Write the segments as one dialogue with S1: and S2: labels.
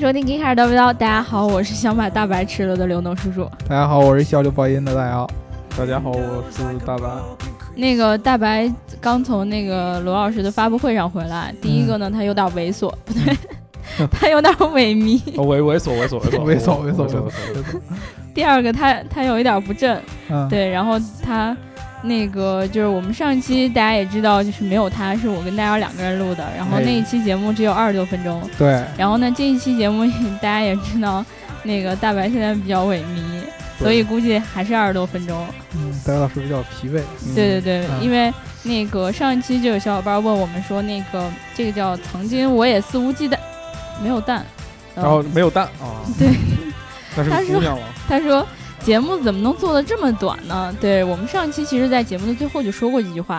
S1: 收听《金海叨不叨》，大家好，我是想把大白吃了的刘能叔叔。
S2: 大家好，我是小六爆音的大姚。
S3: 大家好，我是大白。
S1: 那个大白刚从那个罗老师的发布会上回来，第一个呢，他有点猥琐，不对，他有点萎靡；
S3: 哦猥猥琐猥琐
S2: 猥
S3: 猥
S2: 琐
S3: 琐
S2: 猥琐
S3: 琐
S2: 猥
S3: 琐。
S1: 第二个，他他有一点不正，
S2: 嗯，
S1: 对，然后他那个就是我们上一期大家也知道，就是没有他，是我跟大姚两个人录的，然后
S2: 哎
S1: 那一期节目只有二十多分钟，
S2: 对
S1: 然后呢，这一期节目 大家也知道，那个大白现在比较萎靡，所以估计还是二十多分钟。
S2: 嗯，大姚老师比较疲惫。
S1: 对对对，
S2: 嗯
S1: 因为那个上一期就有小伙伴问我们说，那个这个叫曾经我也肆无忌惮，没有蛋，呃
S3: 然后没有蛋啊。
S1: 对。
S3: 那是
S1: 他
S3: 个
S1: 说
S3: 姑娘了。
S1: 他说节目怎么能做的这么短呢？对我们上一期其实，在节目的最后就说过一句话，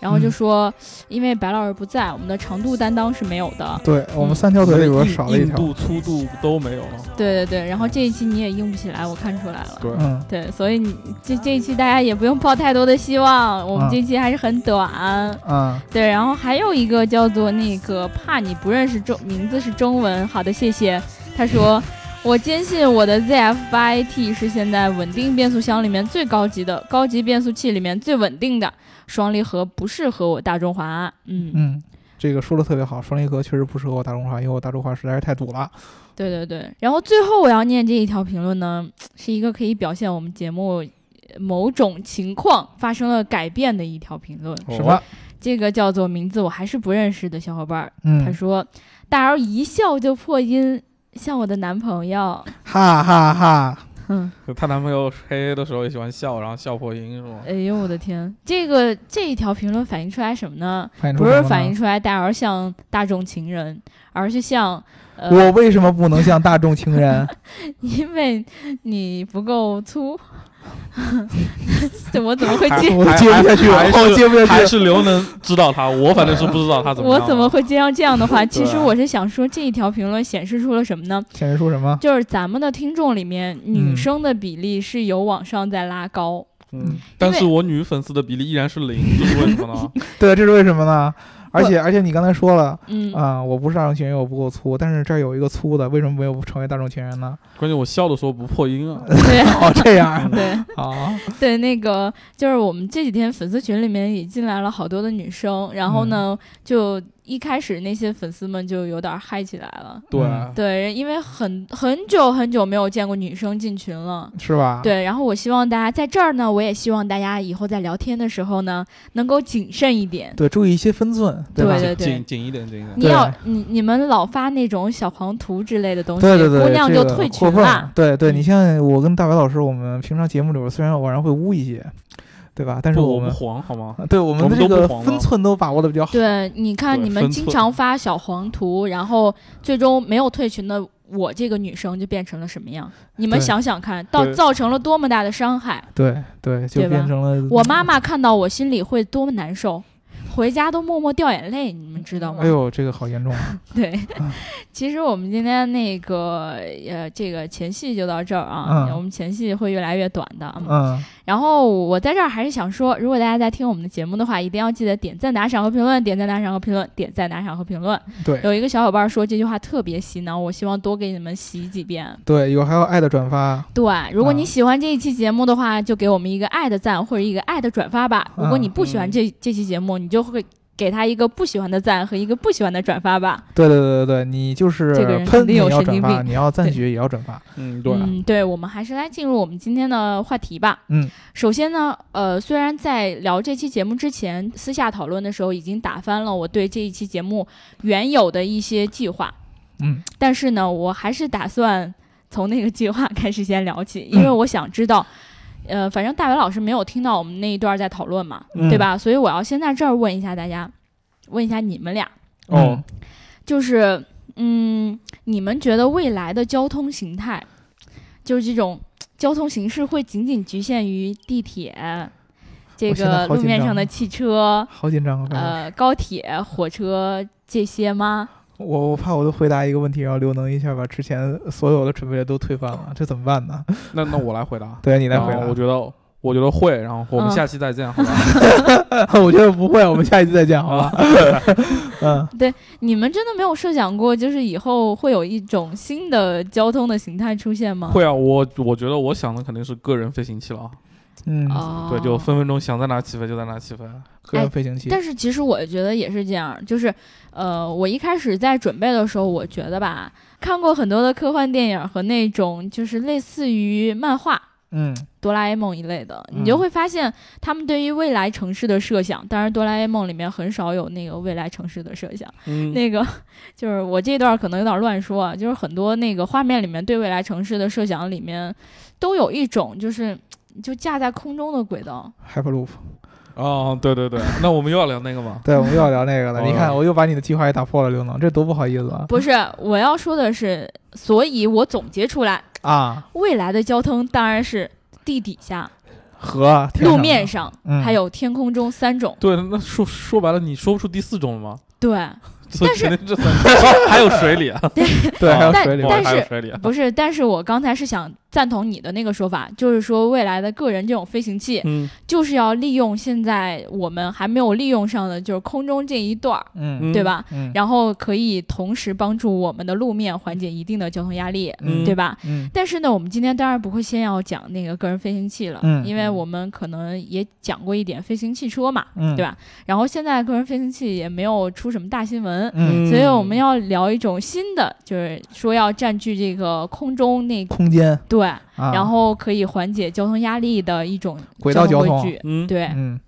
S1: 然
S3: 嗯
S1: 后就说、因为白老师不在，我们的长度担当是没有的。
S2: 对我们三条腿里边少了一
S3: 硬
S2: 条。
S3: 度、粗度都没有啊。
S1: 对对对，然后这一期你也硬不起来，我看出来了。
S3: 对
S2: 嗯，
S1: 对，所以你这这一期大家也不用抱太多的希望，我们
S3: 嗯
S2: 啊
S1: 这一期还是很短。
S2: 啊，
S1: 对，然后还有一个叫做那个怕你不认识中名字是中文，好的，谢谢。他说，我坚信我的 ZF 八 AT 是现在稳定变速箱里面最高级的，高级变速器里面最稳定的。双离合不适合我大中华，嗯，
S2: 嗯，这个说的特别好，双离合确实不适合我大中华，因为我大中华实在是太堵了。
S1: 对对对。然后最后我要念这一条评论呢，是一个可以表现我们节目呃某种情况发生了改变的一条评论。
S3: 哦
S2: 什么？
S1: 这个叫做名字我还是不认识的小伙伴儿，他
S2: 嗯，
S1: 说：“大姚一笑就破音，像我的男朋友。
S2: 哈哈哈。”
S1: 嗯，
S3: 哦？她男朋友黑的时候也喜欢笑，然后笑破音是吗？
S1: 哎呦我的天，这个这一条评论反映出来什么呢？
S2: 反映出
S1: 不
S2: 什
S1: 是
S2: 么
S1: 反
S2: 呢
S1: 映出来大姚像大众情人，而是像呃，
S2: 我为什么不能像大众情人？
S1: 因为你不够粗。 我怎么会接？
S2: 我接不下去
S3: 还
S2: 了，
S3: 还
S2: 我
S3: 是
S2: 接不下去
S3: 还
S2: 了。
S3: 是刘能知道他，我反正是不知道
S2: 啊
S3: 他怎么
S1: 我
S3: 样。
S1: 怎么会接上这样的话？其实
S3: 对
S1: 我是想说，这一条评论显示出了什么呢？
S2: 显示出什么？
S1: 就是咱们的听众里面，
S2: 嗯
S1: 女生的比例是有往上在拉高。
S3: 嗯，但是我女粉丝的比例依然是零，这是为什么呢？
S2: 对，这是为什么呢？而且而且你刚才说了
S1: 嗯
S2: 啊、我不是大众情人，我不够粗，但是这儿有一个粗的，为什么没有成为大众情人呢？
S3: 关键我笑的时候不破音啊。
S1: 对
S2: 哦，这样啊
S1: 对
S2: 啊，
S1: 对，那个就是我们这几天粉丝群里面也进来了好多的女生，然后呢，
S2: 嗯
S1: 就一开始那些粉丝们就有点嗨起来了。
S3: 对，
S2: 嗯
S1: 对，因为很很久很久没有见过女生进群了。
S2: 是吧？，
S1: 对，然后我希望大家在这儿呢，我也希望大家以后在聊天的时候呢，能够谨慎一点。
S2: 对，注意一些分寸，吧？
S1: 对对对
S3: 紧紧一点，紧一点。
S1: 你要你你们老发那种小黄图之类的东西，
S2: 对对对，
S1: 姑娘
S2: 这
S1: 就
S2: 个
S1: 退
S2: 过
S1: 群
S2: 分
S1: 啦。
S2: 对对，
S1: 嗯
S2: 你像我跟大白老师，我们平常节目里边虽然偶然会污一些，对吧？但是
S3: 不，我
S2: 我
S3: 不
S2: 们
S3: 黄好吗？
S2: 对我们
S3: 我
S2: 的
S3: 们
S2: 这
S3: 都不
S2: 个
S3: 黄了
S2: 分寸都把握的比较好。
S1: 对，你看
S3: 对
S1: 你们
S3: 分
S1: 经
S3: 寸
S1: 常发小黄图，然后最终没有退群的我这个女生就变成了什么样？你们
S2: 对
S1: 想想看，到
S3: 对
S1: 造成了多么大的伤害！
S2: 对对，就
S1: 对吧
S2: 变成了
S1: 我妈妈看到我心里会多么难受，回家都默默掉眼泪，你们知道吗？
S2: 哎呦，这个好严重啊！
S1: 对
S2: 嗯，
S1: 其实我们今天那个呃，这个前戏就到这儿啊，
S2: 嗯
S1: 我们前戏会越来越短的。嗯
S2: 嗯，
S1: 然后我在这儿还是想说，如果大家在听我们的节目的话，一定要记得点赞、打赏和评论，点赞、打赏和评论，点赞、打赏和评论。
S2: 对
S1: 有一个小伙伴说这句话特别洗脑，我希望多给你们洗几遍。
S2: 对，有还有爱的转发，
S1: 对，如果
S2: 嗯
S1: 你喜欢这一期节目的话，就给我们一个爱的赞或者一个爱的转发吧。如果你不喜欢这、这期节目，你就会给他一个不喜欢的赞和一个不喜欢的转发吧。
S2: 对对对对对，你就是
S1: 这个人肯
S2: 喷
S1: 定
S2: 你
S1: 有
S2: 要
S1: 神
S2: 转
S1: 经
S2: 发，
S1: 病
S2: 你要赞
S1: 对
S2: 许也要转发。
S3: 嗯，
S2: 啊
S3: 对。
S1: 嗯，对，我们还是来进入我们今天的话题吧。
S2: 嗯，
S1: 首先呢，呃，虽然在聊这期节目之前，私下讨论的时候已经打翻了我对这一期节目原有的一些计划，
S2: 嗯，
S1: 但是呢，我还是打算从那个计划开始先聊起，因为
S2: 嗯
S1: 我想知道，呃，反正大伟老师没有听到我们那一段在讨论嘛，
S2: 嗯
S1: 对吧？所以我要先在这儿问一下大家，问一下你们俩，
S3: 哦
S2: 嗯，
S1: 就是，嗯，你们觉得未来的交通形态，就是这种交通形式会仅仅局限于地铁，这
S2: 我现在
S1: 个
S2: 好紧
S1: 路面上的
S2: 张啊
S1: 汽车，
S2: 好紧张啊！范老师
S1: 呃，高铁、火车这些吗？
S2: 我我怕我都回答一个问题，然后刘能一下把之前所有的准备的都推翻了，这怎么办呢？
S3: 那那我来回答。
S2: 对你来回
S3: 啊
S2: 答。
S3: 我觉得我觉得会。然后我们
S1: 嗯
S3: 下期再见，好吧？
S2: 我觉得不会，我们下一次再见，
S3: 啊
S2: 好吧？ 嗯，
S1: 你们真的没有设想过，就是以后会有一种新的交通的形态出现吗？
S3: 会啊，我我觉得我想的肯定是个人飞行器了啊，
S2: 嗯，
S1: 哦，哎
S3: 对，就分分钟想在哪起飞就在哪起飞。
S2: 个人飞行器，
S1: 但是其实我觉得也是这样，就是，呃，我一开始在准备的时候，我觉得吧，看过很多的科幻电影和那种就是类似于漫画。
S2: 嗯
S1: 哆啦 A 梦一类的，
S2: 嗯
S1: 你就会发现他们对于未来城市的设想。当然，哆啦 A 梦里面很少有那个未来城市的设想。
S3: 嗯，
S1: 那个 就是我这段可能有点乱说啊，就是很多那个画面里面对未来城市的设想里面，都有一种就是就架在空中的轨道。
S2: ，Hyperloop。
S3: 哦，对对对，那我们又要聊那个吗？
S2: 对，我们又要聊那个 了。
S3: 好
S2: 你
S3: 了
S2: 看，我又把你的计划也打破了，刘能，这多不好意思啊！
S1: 不是，我要说的是，所以我总结出来，
S2: 啊，
S1: 未来的交通当然是地底下、
S2: 和啊天
S1: 路
S2: 上
S1: 面上，
S2: 嗯
S1: 还有天空中三种。
S3: 对，那说说白了，你说不出第四种了吗？
S1: 对，
S3: 所以
S1: 但是
S3: 肯定这三 还有水里啊，
S2: 对，还有
S1: 但
S2: 水里
S3: 不
S2: 面
S3: 好
S1: 但
S3: 意思还有
S1: 是
S3: 水里啊。
S1: 不是，但是我刚才是想赞同你的那个说法，就是说未来的个人这种飞行器，
S3: 嗯
S1: 就是要利用现在我们还没有利用上的，就是空中这一段儿，
S2: 嗯
S3: 嗯，
S1: 对吧？
S2: 嗯，
S1: 然后可以同时帮助我们的路面缓解一定的交通压力，
S2: 嗯
S1: 对吧？
S2: 嗯
S1: 但是呢，我们今天当然不会先要讲那个个人飞行器了，
S2: 嗯
S1: 因为我们可能也讲过一点飞行汽车嘛，
S2: 嗯，
S1: 对吧？然后现在个人飞行器也没有出什么大新闻，
S2: 嗯，
S1: 所以我们要聊一种新的，就是说要占据这个空中那
S2: 空间
S1: 对，
S2: 啊，
S1: 然后可以缓解交通压力的一种
S2: 轨道交通
S1: 工具。
S3: 嗯，
S1: 对，
S2: 嗯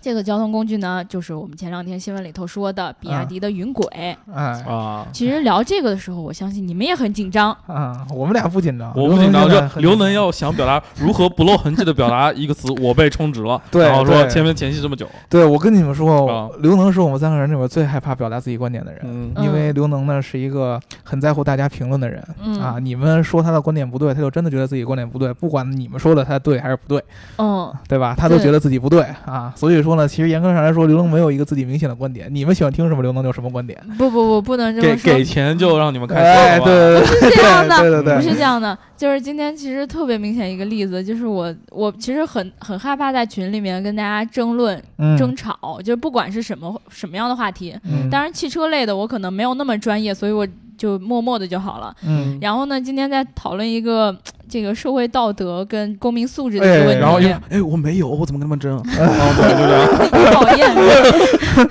S1: 这个交通工具呢，就是我们前两天新闻里头说的比
S2: 啊
S1: 亚迪的云轨。
S2: 哎
S3: 啊，
S1: 其实聊这个的时候，我相信你们也很紧张。
S2: 啊，我们俩不紧张，
S3: 我不紧张，
S2: 刘能现在
S3: 就
S2: 很
S3: 刘能要想表达如何不露痕迹的表达一个词，我被充值 了，
S2: 对
S3: 然后说
S2: 对
S3: 前面前戏这么久，
S2: 对我跟你们
S3: 啊
S2: 说，刘能是我们三个人里面最害怕表达自己观点的人。
S3: 嗯
S1: 嗯
S2: 因为刘能呢是一个很在乎大家评论的人、
S1: 嗯
S2: 啊，你们说他的观点不对，他就真的觉得自己观点不对，不管你们说的他对还是不对，
S1: 嗯，
S2: 对吧？他都
S1: 对
S2: 觉得自己不对啊，所以说呢，其实严格上来说，刘能没有一个自己明显的观点，你们喜欢听什么，刘能就有什么观点。
S1: 嗯不不不，不能这
S3: 给
S1: 么说
S3: 给，钱就让你们开
S2: 哎，
S3: 心，好吧嗯
S2: 对嗯对
S1: 是这样的。
S2: 对 对
S1: 不是
S2: 对，
S1: 这样的，就是今天其实特别明显一个例子，就是我我其实很很害怕在群里面跟大家争论、
S2: 嗯
S1: 争吵，就是不管是什么什么样的话题，
S2: 嗯
S1: 当然汽车类的我可能没有那么专业，所以我就默默的就好了。
S2: 嗯
S1: 然后呢，今天在讨论一个这个社会道德跟公民素质的
S2: 哎
S1: 一个问题，
S3: 然后又哎我没有，我怎么跟他们争？然后对对对，
S1: 讨厌。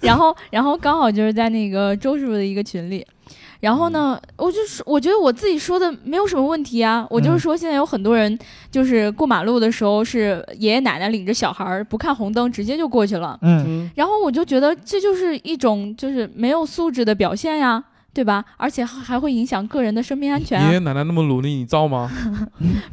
S1: 然后，然后刚好就是在那个周师傅的一个群里，然后呢，我就是我觉得我自己说的没有什么问题啊，我就是说现在有很多人就是过马路的时候是爷爷奶奶领着小孩儿不看红灯直接就过去了，
S2: 嗯
S3: 嗯
S1: 然后我就觉得这就是一种就是没有素质的表现呀、对吧？而且还还会影响个人的生命安全、
S3: 爷爷
S1: 啊。
S3: 奶奶那么努力，你造吗？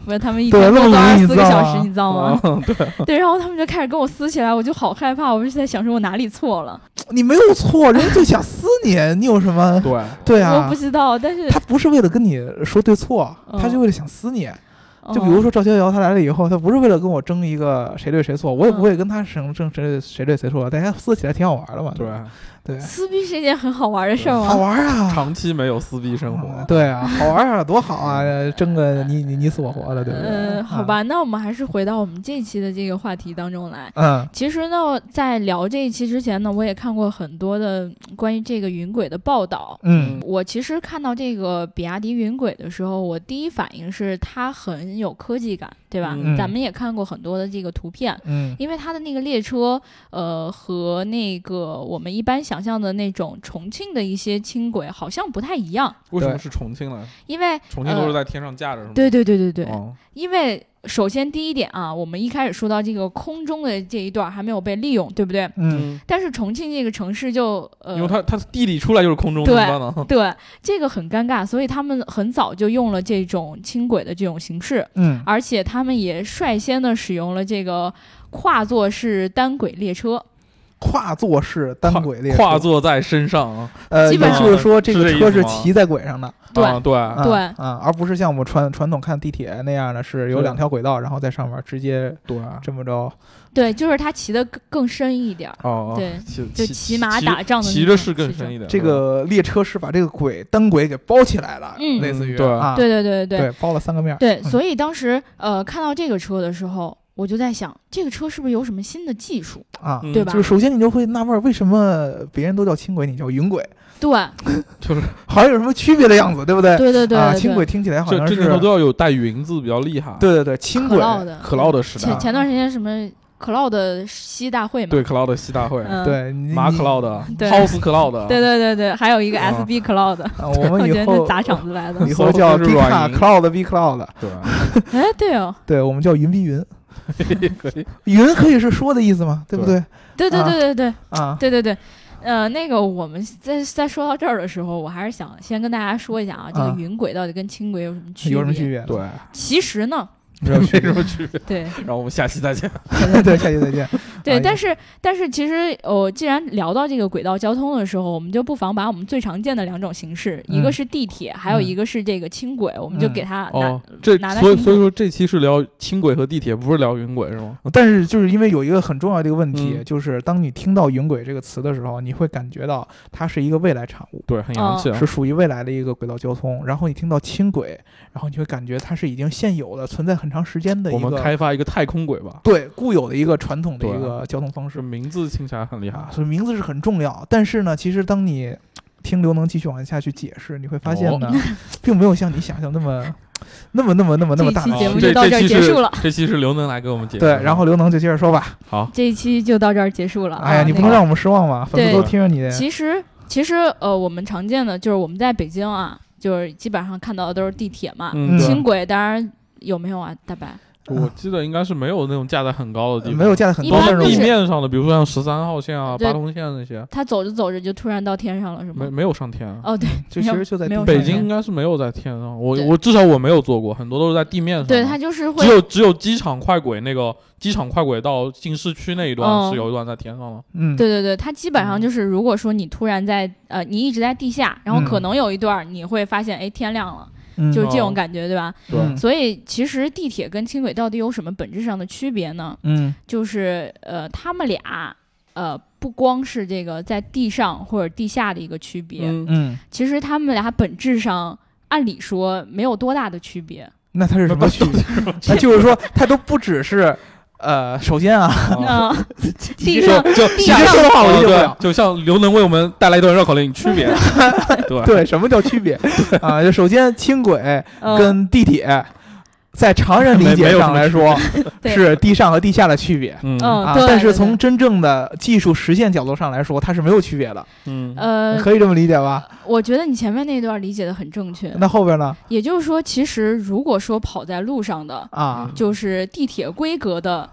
S1: 不是他们一
S2: 对
S1: 天
S2: 那
S1: 工
S2: 么
S1: 作二
S2: 容易
S1: 十四个
S2: 造
S1: 小
S2: 啊
S1: 时，你知道吗？
S3: 啊，对，
S1: 对，然后他们就开始跟我撕起来，我就好害怕。我就在想说，我哪里错了？
S2: 你没有错，人家就想撕你，你有什 么？
S3: 对，
S2: 对
S1: 我
S2: 啊
S1: 不，知道，但是
S2: 他不是为了跟你说对错，
S1: 嗯
S2: 他就为了想撕你。
S1: 哦
S2: 就比如说赵逍遥，他来了以后，他不是为了跟我争一个谁对谁错，
S1: 嗯
S2: 我也不会跟他争争谁对谁对谁错，大家撕起来挺好玩的嘛。
S3: 对，
S2: 对，啊
S1: 撕逼是一件很好玩的事儿
S2: 好
S1: 吗？
S2: 玩啊。
S3: 长期没有撕逼生活，
S2: 对啊，好玩啊，多好 啊！争个你你你死我活的，对不对？
S1: 嗯，好
S2: 啊，
S1: 吧，那我们还是回到我们这一期的这个话题当中来。
S2: 嗯
S1: 其实呢，在聊这一期之前呢，我也看过很多的嗯关于这个云轨的报道。
S2: 嗯
S1: 我其实看到这个比亚迪云轨的时候，我第一反应是它很有科技感，对吧？
S3: 嗯
S1: 咱们也看过很多的这个图片，
S2: 嗯
S1: 因为它的那个列车，呃，和那个我们一般想象的那种重庆的一些轻轨好像不太一样，
S3: 为什么
S2: 对
S3: 是重庆呢？
S1: 因为
S3: 重庆都是在天上架着，是吗？
S1: 对对对对对，
S3: 哦，
S1: 因为首先第一点啊，我们一开始说到这个空中的这一段还没有被利用，对不对？
S2: 嗯
S3: 嗯，
S1: 但是重庆这个城市就呃
S3: 因为。它它地理出来就是空中，怎
S1: 对
S3: 么办呢？
S1: 对，这个很尴尬，所以他们很早就用了这种轻轨的这种形式，
S2: 嗯
S1: 而且他们也率先的使用了这个跨座式单轨列车。
S2: 跨座式单轨列车，
S3: 跨坐在身上啊，
S2: 呃，
S1: 基
S2: 也
S1: 本
S2: 就是说这个
S3: 是这
S2: 车
S3: 意思
S2: 是
S3: 吗
S2: 骑在轨上的，
S1: 对
S3: 啊对，
S2: 啊
S1: 对
S2: 啊，而不是像我们传传统看地铁那样的，是有
S3: 是
S2: 两条轨道，然后在上面直接
S3: 对，
S2: 这么着，
S1: 对，就是他骑的更更深一点儿，
S3: 哦，
S1: 对
S3: 骑，
S1: 就
S3: 骑
S1: 骑马打仗的那
S3: 骑
S1: 种
S3: 着是更
S1: 骑着
S3: 深一点。
S2: 这
S3: 嗯
S2: 个列车是把这个轨单轨给包起来了，
S1: 嗯
S2: 类似于
S3: 嗯对
S2: 啊，
S1: 对对对对
S2: 对，包了三个面儿，
S1: 对，
S2: 嗯
S1: 所以当时呃看到这个车的时候，我就在想，这个车是不是有什么新的技术？
S2: 啊，
S3: 嗯
S1: 对吧
S2: 就是首先你就会纳闷儿，为什么别人都叫轻轨，你叫云轨，
S1: 对，
S2: 好像有什么区别的样子，对不对？
S1: 对对对
S2: 啊，
S1: 对
S2: 轻
S1: 对
S2: 轨。听起来好
S3: 这
S2: 像
S3: 这
S2: 是，
S3: 年头都要有带“云”字，比较厉害。
S2: 对对对，轻轨
S1: 可唠的
S3: 可唠的时代
S2: 啊
S1: 前，前段时间什么 Cloud 西大会嘛，
S3: 对可唠的西大会，
S1: 嗯，
S2: 对你
S3: 马
S2: 你啊
S3: 可唠的
S1: 对
S3: ，House 可唠的，
S1: 对对对对，还有一个
S3: 啊
S1: SB Cloud，
S2: 啊，我
S1: 我
S2: 们
S1: 觉
S2: 以
S1: 得那
S2: 后
S1: 砸场子来的。
S2: 以后叫
S3: 都是
S2: B 卡
S3: 软银
S2: Cloud B Cloud，
S3: 对吧？
S1: 哎，对哦，
S2: 对我们叫云碧 云，
S3: 可以，
S2: 云可以是说的意思嘛，对不
S3: 对
S1: 对
S2: 对？
S1: 对
S2: 啊
S1: 对对对
S2: 啊，
S1: 对对对，呃，那个我们在在说到这儿的时候，我还是想先跟大家说一下啊，这个
S2: 啊
S1: 云轨到底跟轻轨有什么区别？
S2: 有什么区别？
S3: 对，
S1: 其实呢，
S2: 没有区
S3: 没什么区别。
S1: 对
S3: 然后我们下期再见。
S2: 别，对，下期再见。
S1: 对，
S2: 哎
S1: 但是但是其实哦，既然聊到这个轨道交通的时候，我们就不妨把我们最常见的两种形式，一个
S2: 嗯
S1: 是地铁，还有一
S2: 嗯
S1: 个是这个轻轨，我们就给它拿
S3: 哦，这
S1: 拿来
S3: 所以
S1: 听
S3: 所以说这期是聊轻轨和地铁，不是聊云轨是吗？
S2: 但是就是因为有一个很重要的一个问题，
S3: 嗯
S2: 就是当你听到“云轨”这个词的时候，你会感觉到它是一个未来产物，
S3: 对，很
S1: 嗯
S3: 洋气啊
S2: 是。属于未来的一个轨道交通。然后你听到轻轨，然后你会感觉它是已经现有的、存在很长时间的
S3: 我
S2: 一
S3: 们
S2: 个
S3: 开发一个太空轨吧，
S2: 对固有的一个传统的
S3: 对啊
S2: 一个交通方
S3: 是
S2: 式
S3: 名字听起来很厉害
S2: 啊，。所以名字是很重要。但是呢，其实当你听刘能继续往下去解释，你会发现呢，
S3: 哦
S2: 并没有像你想象那么、那么、那么、那么、那么大
S1: 这一期节
S2: 的
S1: 目
S2: 事
S1: 就
S2: 情。
S1: 到这儿
S3: 期
S1: 结
S3: 是
S1: 束了。
S3: 啊这期是刘能来给我们解释
S2: 对
S3: 的。，
S2: 然后刘能就接着说吧。
S3: 好，
S1: 这一期就到这儿结束了啊。
S2: 哎呀，你
S1: 那
S2: 不能
S1: 个
S2: 让我们失望吧，粉丝都
S3: 对
S2: 听着你的。
S1: 其实其实呃，我们常见的就是我们在北京啊，就是基本上看到的都是地铁嘛，
S3: 嗯，
S2: 对
S1: 轻轨当然有没有啊，大白？
S3: 我记得应该是没有那种架在很高的地方，
S2: 没有架得很
S1: 一
S2: 高，
S1: 般
S2: 但
S1: 都
S3: 地
S1: 是
S3: 面上的，比如说像十三号线啊、
S1: 对
S3: 八通线那些，
S1: 它走着走着就突然到天上了，是
S3: 没
S1: 吗？
S3: 没有上天啊。
S1: 哦，对
S2: 就其
S1: 没有
S2: 实就在
S1: 没有
S2: 地面
S1: 上
S3: 北京
S1: 天
S3: 应该是没有在天上，我
S1: 对
S3: 我至少我没有坐过，很多都是在地面上的。
S2: 嗯
S1: 对，它就是会
S3: 只有只有机场快轨那个机场快轨到进市区那一段
S1: 嗯
S3: 是有一段在天上了。
S2: 嗯，
S1: 对对对，它基本上
S3: 嗯
S1: 就是，如果说你突然在呃，你一直在地下，然后可
S2: 嗯
S1: 能有一段儿你会发现，哎，天亮了，
S2: 嗯，
S1: 就是这
S3: 哦
S1: 种感觉，对吧？
S3: 对
S2: 嗯
S1: 所以其实地铁跟轻轨到底有什么本质上的区别呢？
S2: 嗯
S1: 就是呃，他们俩呃，不光是这个在地上或者地下的一个区别，
S3: 嗯，
S2: 嗯，
S1: 其实他们俩本质上按理说没有多大的区别。
S2: 那它是什么区别？ 它就是说，它都不只是呃，首先啊，
S3: 啊
S1: 嗯、
S2: 你
S1: 地
S2: 这
S1: 上
S2: 说
S3: 就
S2: 你
S1: 地上哦
S2: 这说的话我理解不
S3: 哦对
S2: 了，。
S3: 就像刘能为我们带来一段绕口令，区 别，对
S2: 对，什么叫区别啊？就首先，轻轨
S1: 嗯
S2: 跟地铁，在常人
S3: 没
S2: 理
S3: 没
S2: 解
S3: 有
S2: 上来
S3: 什么
S2: 说，
S1: 对
S2: 是地上和地下的区别
S3: 嗯
S1: 嗯
S2: 啊。
S1: 对
S2: 但
S1: 对
S2: 是
S1: 对
S2: 从真正的技术实现角度上来说，它是没有区别的，
S3: 嗯
S1: 呃，
S2: 可以这么理解吧？
S1: 我觉得你前面那段理解的很正确。
S2: 那后边呢？
S1: 也就是说，其实如果说跑在路上的，
S2: 啊，
S1: 就是地铁规格的，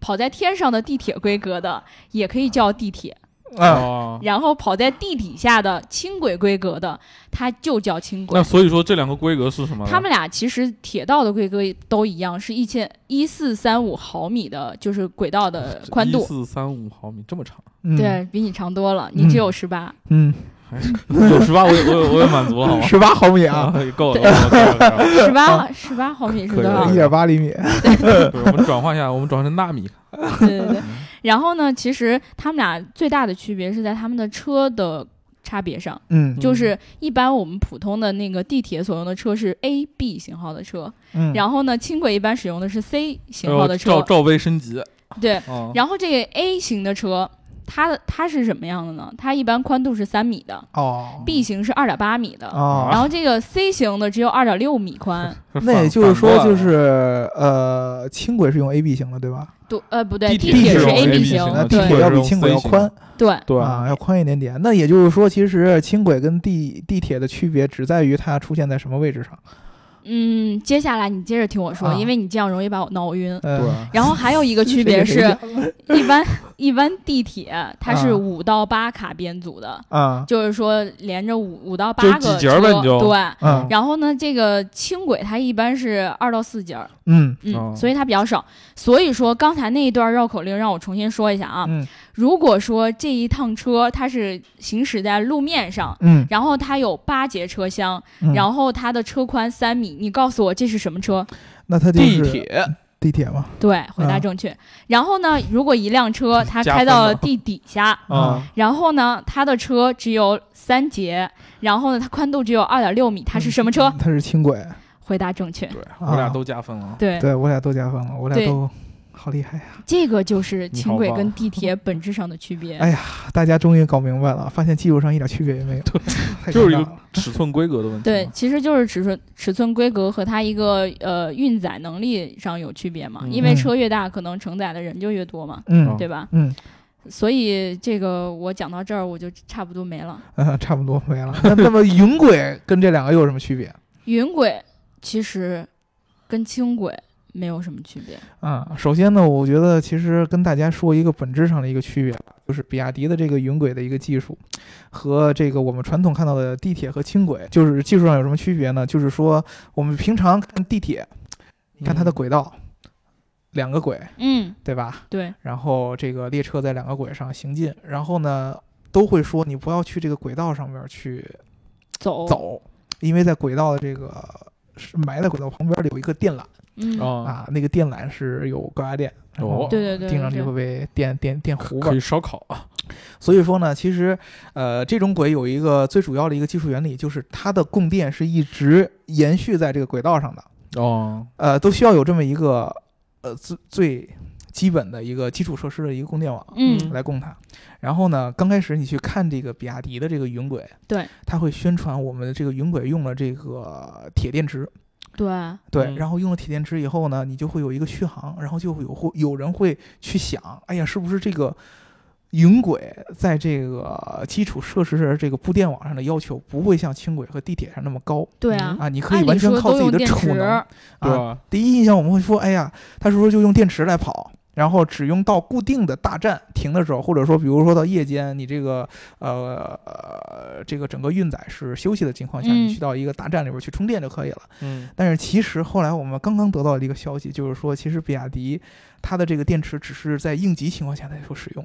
S1: 跑在天上的地铁规格的，也可以叫地铁；嗯
S2: 啊，
S3: 哦
S1: 然后跑在地底下的轻轨规格的，它就叫轻轨
S3: 那。所以说这两个规格是什么呢？
S1: 它们俩其实铁道的规格都一样，是一千一四三五毫米的，就是轨道的宽
S3: 一
S1: 度，
S3: 四三五毫米这么长，
S2: 嗯，
S1: 对比你长多了，你只有十八、
S2: 嗯，
S3: 有十八我也我也我也满足了，好 吗？
S2: 十八毫米啊，
S3: 啊，够了，够了，够了够了。
S1: 十八十八毫米是多少
S3: 啊可以
S2: 一？点八厘米。
S3: 对我们转换一下，我们转换成纳米。
S1: 对对 对。然后呢，其实他们俩最大的区别是在他们的车的差别上。
S2: 嗯
S1: 就是一般我们普通的那个地铁所用的车是 A、B 型号的车，
S2: 嗯，哦
S1: 然后呢，轻轨一般使用的是 C 型
S3: 哎呦
S1: 号的
S3: 罩
S1: 车，
S3: 罩杯升级。
S1: 对。
S3: 啊，
S1: 然后这个 A 型的车，它的它是什么样的呢？它一般宽度是三米的
S2: 哦
S1: ，B 型是二点八米的，
S2: 哦，
S1: 然后这个 C 型的只有二点六米 宽，
S2: 那也
S3: 反
S2: 就是说，
S3: 反过
S2: 就
S3: 来了
S2: 是呃，轻轨是用 A B 型的，对吧？
S1: 对，呃，不对，
S3: 地
S1: 地
S3: 铁
S1: 铁
S2: 是
S1: 是
S2: 用
S1: B
S2: AB
S1: 型
S3: 型
S2: 那，
S3: 的
S2: 地
S3: 轻
S1: 对
S2: 铁
S3: 轨
S2: 要
S3: 是
S2: 比
S3: 用
S2: 轻轨
S3: C
S2: 要
S3: 型
S2: 宽
S1: 对，
S3: 对
S2: 啊，要宽一点点。那也就是说，其实轻轨跟地地铁的区别只在于它出现在什么位置上。
S1: 嗯，接下来你接着听我说，
S2: 啊
S1: 因为你这样容易把我闹晕。
S2: 嗯，
S3: 啊
S1: 然后还有一个区
S2: 区
S1: 别是，一般一般地铁它是
S2: 啊
S1: 五到八卡编组的，
S2: 啊，
S1: 就是说连着五五到八
S3: 就
S1: 个
S3: 几节儿呗
S1: 车
S3: 你就
S1: 对。
S2: 嗯
S1: 然后呢，这个轻轨它一般是二到四节儿，
S2: 嗯
S1: 嗯，
S3: 哦
S1: 所以它比较少。所以说刚才那一段绕口令让我重新说一下啊，
S2: 嗯
S1: 如果说这一趟车它是行驶在路面上，
S2: 嗯，
S1: 然后它有八节车厢，
S2: 嗯
S1: 然后它的车宽三米，你告诉我这是什么车？
S2: 那它就
S3: 地
S2: 是
S3: 铁
S2: 地铁嘛。
S1: 对，回答
S2: 啊
S1: 正确。然后呢，如果一辆车它
S3: 嗯 加
S1: 开
S3: 分
S1: 到
S3: 了
S1: 了地底下，
S2: 啊
S3: 啊，
S1: 然后呢，它的车只有三节，然后呢，它宽度只有二点六米，它是什么车？
S2: 嗯它是轻轨。啊
S1: 回答正确。
S3: 对我俩都加分了。啊
S1: 对
S2: 对我俩都加分了，我俩
S1: 对
S2: 都好厉害呀！
S1: 这个就是
S3: 你
S1: 轻
S3: 好
S1: 轨
S3: 棒
S1: 跟地铁本质上的区别。
S2: 哎大家终于搞明白了，发现技术上一点区别也没有，对
S3: 就是一个尺寸规格的问题。
S1: 对，，其实就是尺寸尺寸规格和它一个呃运载能力上有区别嘛，
S3: 嗯
S1: 因为
S2: 嗯
S1: 车越大，可能承载的人就越多嘛，
S3: 啊
S2: 嗯
S1: 对吧？
S2: 嗯、
S1: 所以这个我讲到这儿我就差不多没了。
S2: 呃，差不多没了。那那么云轨跟这两个又有什么区别
S1: 云轨其实跟轻轨没有什么区别，
S2: 啊、首先呢，我觉得其实跟大家说一个本质上的一个区别吧，就是比亚迪的这个云轨的一个技术，和这个我们传统看到的地铁和轻轨，就是技术上有什么区别呢？就是说我们平常看地铁，
S3: 嗯
S2: 你看它的轨道，两个轨，
S1: 嗯，
S2: 对吧？
S1: 对，
S2: 然后这个列车在两个轨上行进，然后呢，都会说你不要去这个轨道上面去
S1: 走，
S3: 哦
S2: 走，因为在轨道的这个是埋在轨道旁边儿有一个电缆
S1: 嗯，
S3: 啊，
S2: 啊，那个电缆是有高压电，然
S3: 哦
S2: 后
S1: 对对对
S2: 钉
S1: 对
S2: 上去
S1: 对
S2: 会被电电电糊吧
S3: 可以。烧烤啊，
S2: 所以说呢，其实呃，这种轨有一个最主要的一个技术原理，就是它的供电是一直延续在这个轨道上的，
S3: 哦，
S2: 呃，都需要有这么一个呃最最基本的一个基础设施的一个供电网。
S1: 嗯，
S2: 来供它。然后呢，刚开始你去看这个比亚迪的这个云轨，
S1: 对，
S2: 它会宣传我们的这个云轨用了这个铁电池，
S1: 对，
S2: 对，
S3: 嗯
S2: 然后用了铁电池以后呢，你就会有一个续航，然后就会有会有人会去想，哎呀，是不是这个。云轨在这个基础设施的这个布电网上的要求不会像轻轨和地铁上那么高
S1: 对啊，
S2: 啊，你可
S1: 按
S2: 以
S1: 理
S2: 完全
S1: 说
S2: 靠
S1: 都用
S2: 自己的
S1: 电
S2: 储
S1: 池，
S2: 能
S3: 对
S2: 啊。
S3: 吧？
S2: 第一印象我们会说，哎呀，他是不是就用电池来跑？然后只用到固定的大站停的时候，或者说，比如说到夜间，你这个呃呃这个整个运载是休息的情况下，
S1: 嗯
S2: 你去到一个大站里边去充电就可以了。
S3: 嗯，
S2: 但是其实后来我们刚刚得到的一个消息，就是说，其实比亚迪它的这个电池只是在应急情况下才会使用，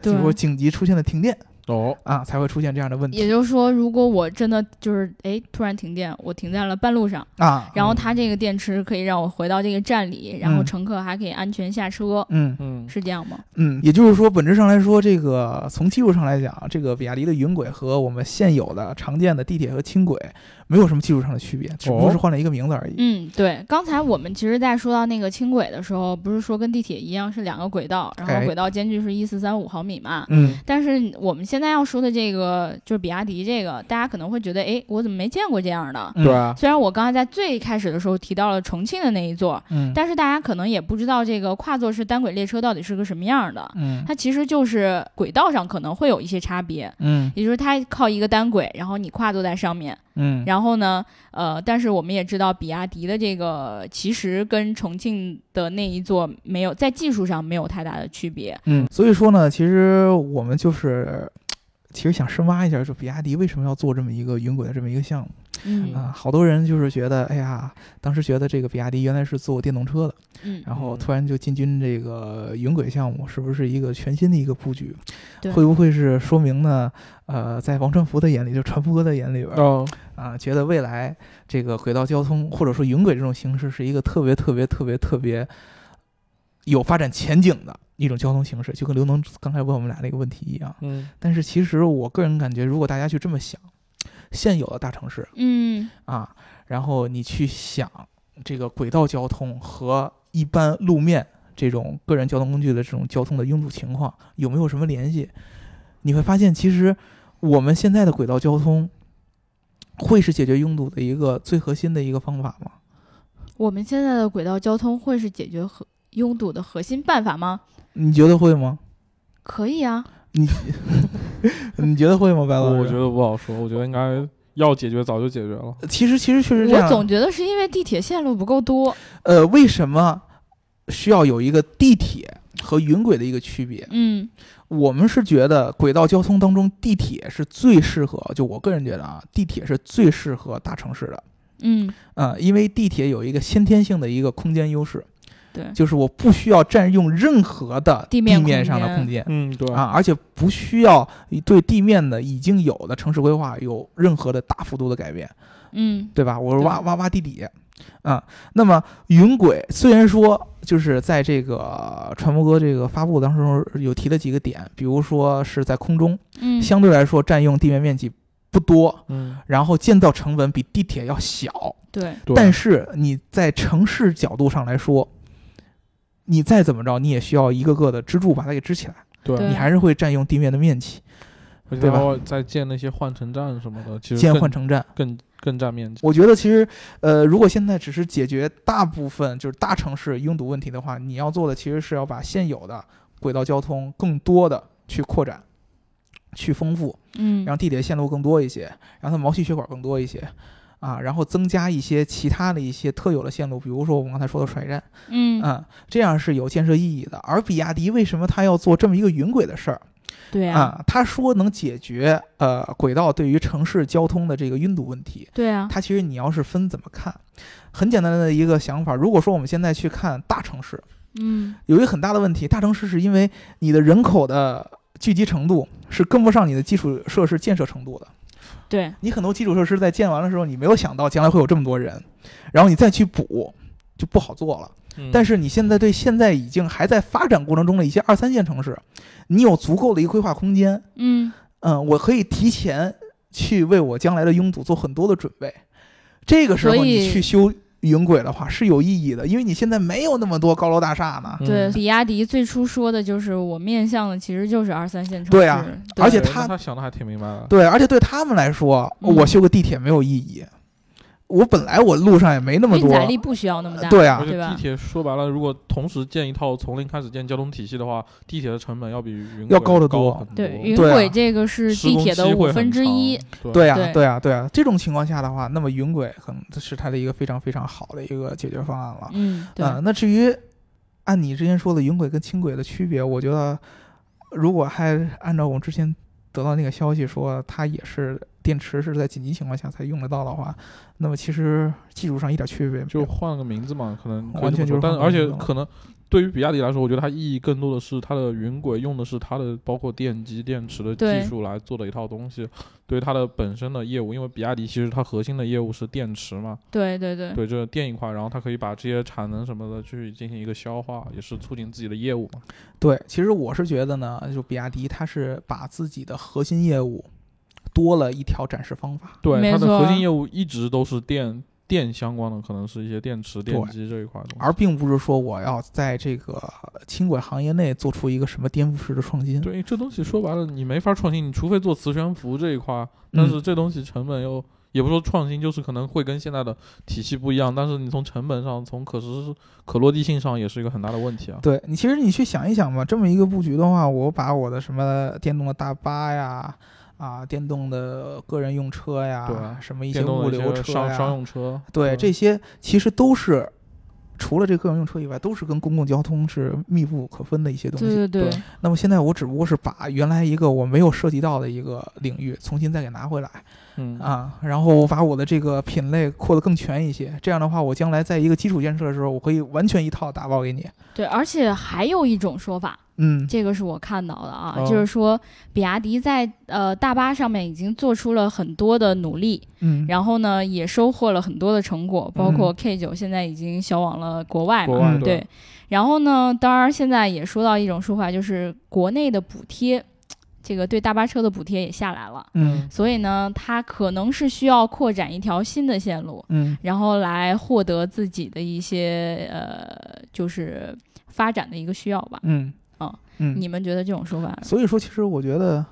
S1: 对
S2: 如果紧急出现了停电
S3: 哦，
S2: 啊，才会出现这样的问
S1: 也
S2: 题
S1: 就是说，如果我真的就是哎突然停电，我停在了半路上，
S2: 啊。
S1: 然后它这个电池可以让我回到这个站里，然后
S2: 嗯
S1: 乘客还可以安全下车，
S2: 嗯，
S3: 嗯，
S1: 是这样吗？
S2: 嗯，也就是说，本质上来说，这个从技术上来讲，这个比亚迪的云轨和我们现有的常见的地铁和轻轨没有什么技术上的区别，只不过是换了一个名字而已。
S1: 嗯，对。刚才我们其实，在说到那个轻轨的时候，不是说跟地铁一样是两个轨道，然
S2: 哎
S1: 后轨道间距是一四三五毫米嘛？
S2: 嗯
S1: 但是我们现在要说的这个就是比亚迪这个，大家可能会觉得，哎，我怎么没见过这样的？
S2: 嗯
S3: 对啊，
S1: 虽然我刚才在最开始的时候提到了重庆的那一座，
S2: 嗯
S1: 但是大家可能也不知道这个跨座式单轨列车到底是个什么样的。
S2: 嗯
S1: 它其实就是轨道上可能会有一些差别，
S2: 嗯
S1: 也就是它靠一个单轨，然后你跨坐在上面。
S2: 嗯
S1: 然后呢，呃，但是我们也知道，比亚迪的这个其实跟重庆的那一座没有在技术上没有太大的区别。
S2: 嗯，所以说呢，其实我们就是。其实想深挖一下，就比亚迪为什么要做这么一个云轨的这么一个项目
S1: 嗯
S2: 啊？好多人就是觉得，哎呀，当时觉得这个比亚迪原来是做电动车的，
S1: 嗯，
S2: 然后
S3: 嗯
S2: 突然就进军这个云轨项目，是不是一个全新的一个布局
S1: 对？
S2: 会不会是说明呢？呃，在王传福的眼里，就传福哥的眼里边儿
S3: 哦，
S2: 啊，觉得未来这个轨道交通或者说云轨这种形式是一个特别特别特别特别有发展前景的一种交通形式，就跟刘能刚才问我们俩那个问题一样。
S3: 嗯，
S2: 但是其实我个人感觉，如果大家去这么想，现有的大城市
S1: 嗯，
S2: 啊，然后你去想这个轨道交通和一般路面这种个人交通工具的这种交通的拥堵情况有没有什么联系？你会发现，其实我们现在的轨道交通会是解决拥堵的一个最核心的一个方法吗？
S1: 我们现在的轨道交通会是解决核拥堵的核心办法吗？
S2: 你觉得会吗？
S1: 可以啊，
S2: 你觉得会吗，白老师？
S3: 我觉得不好说，我觉得应该要解决早就解决了。
S2: 得其实其实确实这
S1: 我
S2: 样。
S1: 总觉得是因为地铁线路不够多。
S2: 呃，为什么需要有一个地铁和云轨的一个区别？
S1: 嗯
S2: 我们是觉得轨道交通当中，地铁是最适合，就我个人觉得啊，地铁是最适合大城市的。
S1: 嗯，
S2: 嗯，因为地铁有一个先天性的一个空间优势，
S1: 对
S2: 就是我不需要占用任何的
S1: 地
S2: 地
S1: 面空
S2: 面上的
S1: 间
S2: 空间
S3: 嗯，对
S2: 啊，，而且不需要对地面的已经有的城市规划有任何的大幅度的改变。
S1: 嗯
S2: 对吧？我是挖
S1: 对
S2: 挖挖地底，啊、那么云轨虽然说就是在这个传播哥这个发布当中有提了几个点，比如说是在空中，
S1: 嗯，
S2: 相对来说占用地面面积不多，
S3: 嗯，
S2: 然后建造成本比地铁要小，
S1: 对，
S3: 对，啊
S2: 但
S3: 是
S2: 是你在城市角度上来说，你再怎么着，你也需要一个个的支柱把它给支起来，
S3: 啊
S1: 对
S2: 你还是会占用地面的面积。
S3: 而且
S2: 啊对吧
S3: 还要再建那些换乘站什么的，其实
S2: 建
S3: 更
S2: 换乘站，
S3: 更更占面积。
S2: 我觉得其实，呃，如果现在只是解决大部分就是大城市拥堵问题的话，你要做的其实是要把现有的轨道交通更多的去扩展、去丰富，
S1: 嗯，
S2: 让地铁线路更多一些，让它毛细血管更多一些，啊，然后增加一些其他的一些特有的线路，比如说我们刚才说的甩站，
S1: 嗯，
S2: 嗯，这样是有建设意义的。而比亚迪为什么它要做这么一个云轨的事儿？
S1: 对啊，
S2: 啊，他说能解决呃轨道对于城市交通的这个拥堵问题。
S1: 对啊，
S2: 它其实你要是分怎么看，很简单的一个想法。如果说我们现在去看大城市，
S1: 嗯，
S2: 有一个很大的问题，大城市是因为你的人口的聚集程度是跟不上你的基础设施建设程度的。
S1: 对，
S2: 你很多基础设施在建完了之后，你没有想到将来会有这么多人，然后你再去补就不好做了。嗯但
S3: 是
S2: 是你现在对现在已经还在发展过程中的一些二三线城市，你有足够的一个规划空间，
S1: 嗯，
S2: 嗯，我可以提前去为我将来的拥堵做很多的准备。这个时候
S1: 所以
S2: 你去修云轨的话是有意义的，因为你现在没有那么多高楼大厦呢。
S1: 对，
S3: 嗯
S1: 比亚迪最初说的就是我面向的其实就是二三线城市，
S2: 对啊
S1: 对
S2: 而且
S3: 他
S2: 他
S3: 他想的还挺明白的。
S2: 对，啊而且对他们来说，
S1: 嗯
S2: 我修个地铁没有意义。我本来我路上也没那么
S1: 运
S2: 多，
S1: 载力不需要那么大，
S2: 对啊
S3: 而，且
S1: 对吧
S3: 地铁说白了，如果同时建一套从零开始建交通体系的话，地铁的成本要比云
S2: 要
S3: 轨
S2: 高
S3: 高
S2: 得多
S3: 很
S1: 对，云
S3: 多
S2: 对啊
S1: 轨这个是
S3: 施
S1: 地
S3: 工
S1: 铁的
S3: 期会
S1: 五分
S3: 很
S1: 之一，
S3: 长。
S2: 对啊，
S1: 对
S2: 对啊，对啊。这种情况下的话，那么云轨可能是它的一个非常非常好的一个解决方案了。
S1: 嗯，对，
S2: 啊、那至于按你之前说的云轨跟轻轨的区别，我觉得如果还按照我们之前得到那个消息说它也是电池是在紧急情况下才用得到的话，那么其实技术上一点区别也没
S3: 就
S2: 有。
S3: 换个名字嘛，可能可以
S2: 完全
S3: 这
S2: 就是
S3: 么说但
S2: 换个
S3: 而且
S2: 名字了
S3: 可能对于比亚迪来说，我觉得它意义更多的是它的云轨用的是它的包括电机、电池的
S1: 对
S3: 技术来做的一套东西，对于它的本身的业务，因为比亚迪其实它核心的业务是电池嘛，
S1: 对对对，
S3: 对，这是电一块，然后它可以把这些产能什么的去进行一个消化，也是促进自己的业务嘛。
S2: 对，其实我是觉得呢，就比亚迪它是把自己的核心业务多了一条展示方法。
S3: 对，
S1: 没
S3: 它的
S1: 错
S3: 核心业务一直都是电电相关的，可能是一些电池、电机这一块的东西。
S2: 而并不是说我要在这个轻轨行业内做出一个什么颠覆式的创新，
S3: 对，这东西说白了，你没法创新，你除非做磁悬浮这一块，但
S1: 嗯
S2: 嗯
S3: 是这东西成本又、也不说创新，就是可能会跟现在的体系不一样，但是你从成本上、从可实可落地性上也是一个很大的问题啊。
S2: 对你，其实你去想一想吧，这么一个布局的话，我把我的什么电动的大巴呀，啊，电动的个人用车呀，
S3: 对啊
S2: 什么一些
S3: 电动
S2: 物
S3: 的一
S2: 流
S3: 些
S2: 车
S3: 商
S2: 呀，
S3: 商用车，嗯
S2: 对这些其实都是除了这个人用车以外，都是跟公共交通是密不可分的一些东
S1: 对
S2: 西。
S1: 对对
S3: 对
S2: 那么现在我只不过是把原来一个我没有涉及到的一个领域重新再给拿回来
S3: 嗯，
S2: 啊，然后我把我的这个品类扩得更全一些，这样的话，我将来在一个基础建设的时候，我可以完全一套打包给你。
S1: 对，而且还有一种说法，
S2: 嗯，
S1: 这个是我看到的啊，
S3: 哦
S1: 就是说比亚迪在呃大巴上面已经做出了很多的努力，
S2: 嗯，
S1: 然后呢也收获了很多的成果，包括
S2: 嗯
S1: K 九现在已经销往了国外嘛
S3: 国，外
S2: 嗯
S1: 对。然后呢，当然现在也说到一种说法，就是国内的补贴，这个对大巴车的补贴也下来了，
S2: 嗯
S1: 所以呢，它可能是需要扩展一条新的线路，
S2: 嗯
S1: 然后来获得自己的一些呃，就是发展的一个需要吧。
S2: 嗯
S1: 哦
S2: 嗯，呃
S1: 你们觉得这种说法？
S2: 所以说，其实我觉得，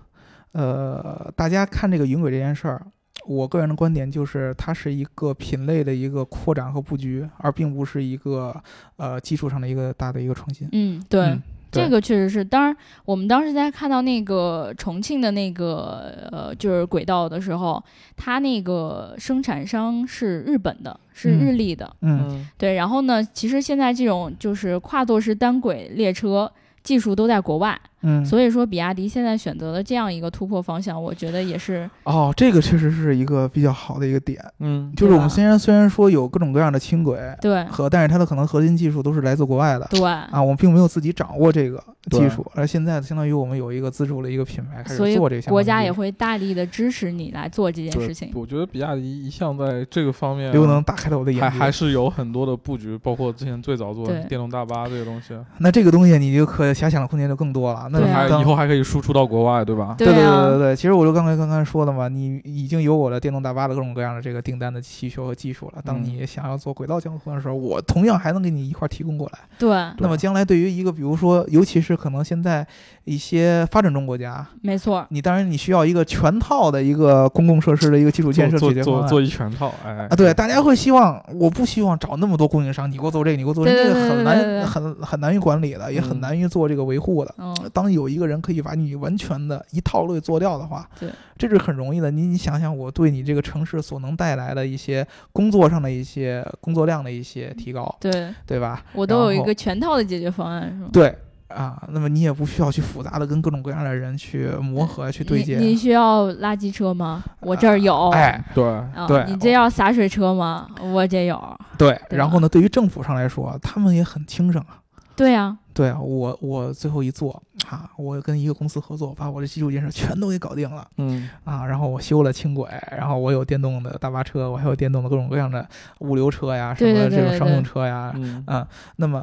S2: 呃，大家看这个云轨这件事儿，我个人的观点就是，它是一个品类的一个扩展和布局，而并不是一个呃技术上的一个大的一个创新。
S1: 嗯，对，
S2: 嗯对
S1: 这个确实是。当然，我们当时在看到那个重庆的那个呃，就是轨道的时候，它那个生产商是日本的，是日
S2: 嗯
S1: 立的。
S2: 嗯
S3: 嗯，
S1: 对，然后呢，其实现在这种就是跨座式单轨列车。技术都在国外，
S2: 嗯，
S1: 所以说比亚迪现在选择了这样一个突破方向，我觉得也是
S2: 哦，这个确实是一个比较好的一个点，
S3: 嗯，
S2: 就是
S1: 对
S2: 我
S1: 吧
S2: 们虽然虽然说有各种各样的轻轨
S1: 对
S2: 和，但是它的可能核心技术都是来自国外的。
S1: 对，
S2: 啊，我们并没有自己掌握这个技
S3: 对
S2: 术，而现在相当于我们有一个自主的一个品牌开始
S1: 所以
S2: 做这个项目。
S1: 国家也会大力的支持你来做这件事情
S3: 对，。我觉得比亚迪一向在这个方面
S2: 刘能打开了我的眼界。
S3: 嗯还还是有很多的布局，包括之前最早做的
S1: 对
S3: 电动大巴这些东西。
S2: 那这个东西你就可遐想的空间就更多了。那
S1: 对啊
S3: 还
S2: 当
S3: 以后还可以输出到国外，对吧？
S2: 对对对
S1: 啊
S2: 对，对，其实我就刚才刚刚说的嘛，你已经有我的电动大巴的各种各样的这个订单的需求和技术了。当
S3: 嗯
S2: 你想要做轨道交通的时候，我同样还能给你一块儿提供过来。
S1: 对，
S2: 那么将来对于一个，比如说，尤其是可能现在一些发展中国家，
S1: 没错，
S2: 你当然你需要一个全套的一个公共设施的一个基础
S3: 做
S2: 建设
S3: 做
S2: 解决方
S3: 做
S2: 案。
S3: 做一全套，哎
S2: 啊，对，大家会希望，我不希望找那么多供应商，你给我做这个，你给我做这个，
S1: 对
S2: 这
S1: 对对
S2: 个很
S1: 对对对
S2: 难很很难于管理的，也很
S3: 嗯
S2: 难于做这个维护的。
S1: 嗯，
S2: 当有一个人可以把你完全的一套路给做掉的话，
S1: 对，
S2: 这是很容易的。你你想想，我对你这个城市所能带来的一些工作上的一些工作量的一些提高，
S1: 对
S2: 对吧？
S1: 我都有一
S2: 然后
S1: 个全套的解决方案，是吗？
S2: 对啊，那么你也不需要去复杂的跟各种各样的人去磨合去对接。
S1: 你你需要垃圾车吗？我这儿有。
S2: 哎，
S3: 对，
S1: 啊
S2: 对
S1: 你这要洒水车吗？我这有。
S2: 对，
S1: 对
S2: 然
S1: 吧
S2: 后呢，对于政府上来说，他们也很轻省啊。
S1: 对啊，
S2: 对啊，我我最后一做啊，我跟一个公司合作，把我的基础建设全都给搞定了。
S3: 嗯，
S2: 啊，然后我修了轻轨，然后我有电动的大巴车，我还有电动的各种各样的物流车呀，什
S1: 对
S2: 么
S1: 对
S2: 这
S1: 对
S2: 种商用
S1: 对
S2: 车呀，
S3: 嗯
S2: 啊，那么